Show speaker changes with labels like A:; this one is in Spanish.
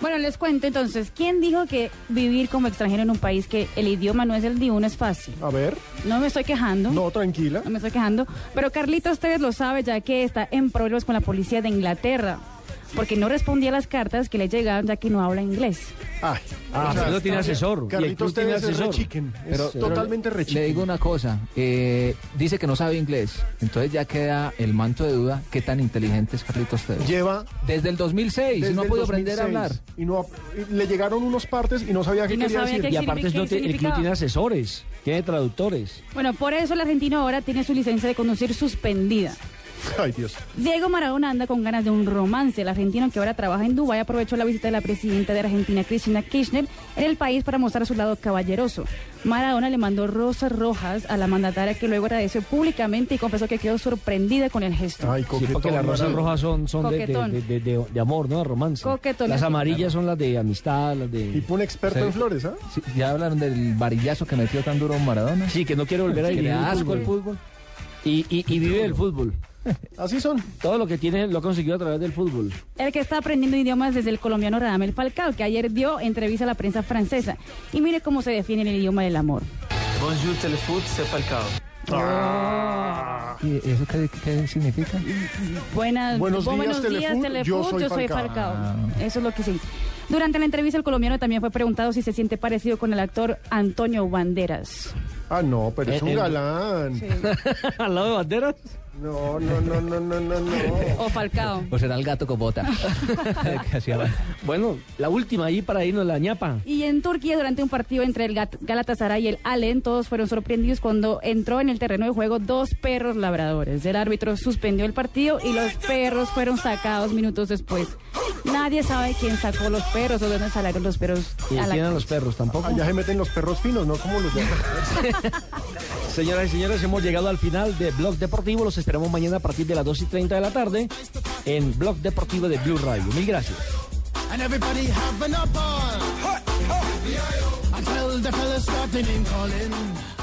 A: Bueno, les cuento entonces, ¿quién dijo que vivir como extranjero en un país que el idioma no es el de uno es fácil?
B: A ver,
A: No me estoy quejando.
B: no, tranquila.
A: No me estoy quejando. Pero Carlitos Tevez lo sabe ya que está en problemas con la policía de Inglaterra. Porque no respondía a las cartas que le llegaban ya que no habla inglés.
B: Ay,
C: Ah,
B: o sea,
C: Alfredo tiene asesor. y el
B: Carlitos
C: club tiene
B: Tevez es
C: asesor.
B: rechiquen. Es
D: Pero-
B: totalmente
D: Le
B: rechiquen.
D: digo una cosa, eh, dice que no sabe inglés, entonces ya queda el manto de duda qué tan inteligente es Carlitos Tevez.
B: Lleva.
D: Desde el 2006
B: desde
D: no ha
B: el
D: podido aprender a
B: 2006,
D: hablar.
B: Y no, ha- y le llegaron unos partes y no sabía qué
A: Y no
B: quería
A: sabía
B: decir.
C: Y aparte
A: ¿Qué
C: no te- el club
A: significaba?
C: tiene asesores, tiene traductores.
A: Bueno, por eso el argentino ahora tiene su licencia de conducir suspendida.
B: Ay, Dios.
A: Diego Maradona anda con ganas de un romance. El argentino que ahora trabaja en Dubái aprovechó la visita de la presidenta de Argentina, Cristina Kirchner, en el país para mostrar su lado caballeroso. Maradona le mandó rosas rojas a la mandataria que luego agradeció públicamente y confesó que quedó sorprendida con el gesto.
B: Ay,
C: Sí,
B: coquetón.
C: porque las rosas
B: Maradona.
C: rojas son, son de, de-
A: Coquetón.
C: de- de- de- de amor, ¿no? De romance.
A: Coquetón,
C: Las
A: así.
C: amarillas son las de amistad, las
B: Y
C: de...
B: fue un experto
D: Sí.
B: en flores, ¿ah?
D: Sí, ya hablaron del varillazo que metió tan duro Maradona.
C: Sí, que no quiero volver a
D: que
C: vivir
D: le
C: el
D: da asco el
C: fútbol.
D: fútbol.
C: Y, y- y vive del fútbol.
B: Así son.
C: Todo lo que tiene lo ha conseguido a través del fútbol.
A: El que está aprendiendo idiomas desde el colombiano Radamel Falcao, que ayer dio entrevista a la prensa francesa. Y mire cómo se define el idioma del amor.
E: Bonjour Telefoot, c'est Falcao.
B: Ah.
D: ¿Y eso qué, qué significa?
A: Buenas,
B: Buenos días, Telefut. Yo soy Falcao.
A: Eso es lo que sí. Durante la entrevista, el colombiano también fue preguntado si se siente parecido con el actor Antonio Banderas.
B: Ah, no, pero es
C: Eh,
B: un
C: eh,
B: galán.
C: ¿Al lado de banderas?
B: No, no, no, no, no, no, no.
A: O Falcao.
D: O será el gato con bota. Que hacía-
C: Bueno, la última ahí para irnos, la ñapa.
A: Y en Turquía, durante un partido entre el Gat- Galatasaray y el Allen, todos fueron sorprendidos cuando entró en el terreno de juego dos perros labradores. El árbitro suspendió el partido y los perros fueron sacados minutos después. Nadie sabe quién sacó los perros o dónde salieron los perros.
C: Y
A: a la
C: tienen los perros tampoco.
B: Allá se meten los perros finos, ¿no? Como los de...
C: Señoras y señores, hemos llegado al final de Blog Deportivo. Los esperamos mañana a partir de las 2 y 30 de la tarde en Blog Deportivo de Blue Radio. Mil gracias.
F: and everybody having a ball. Until the fellas start name calling.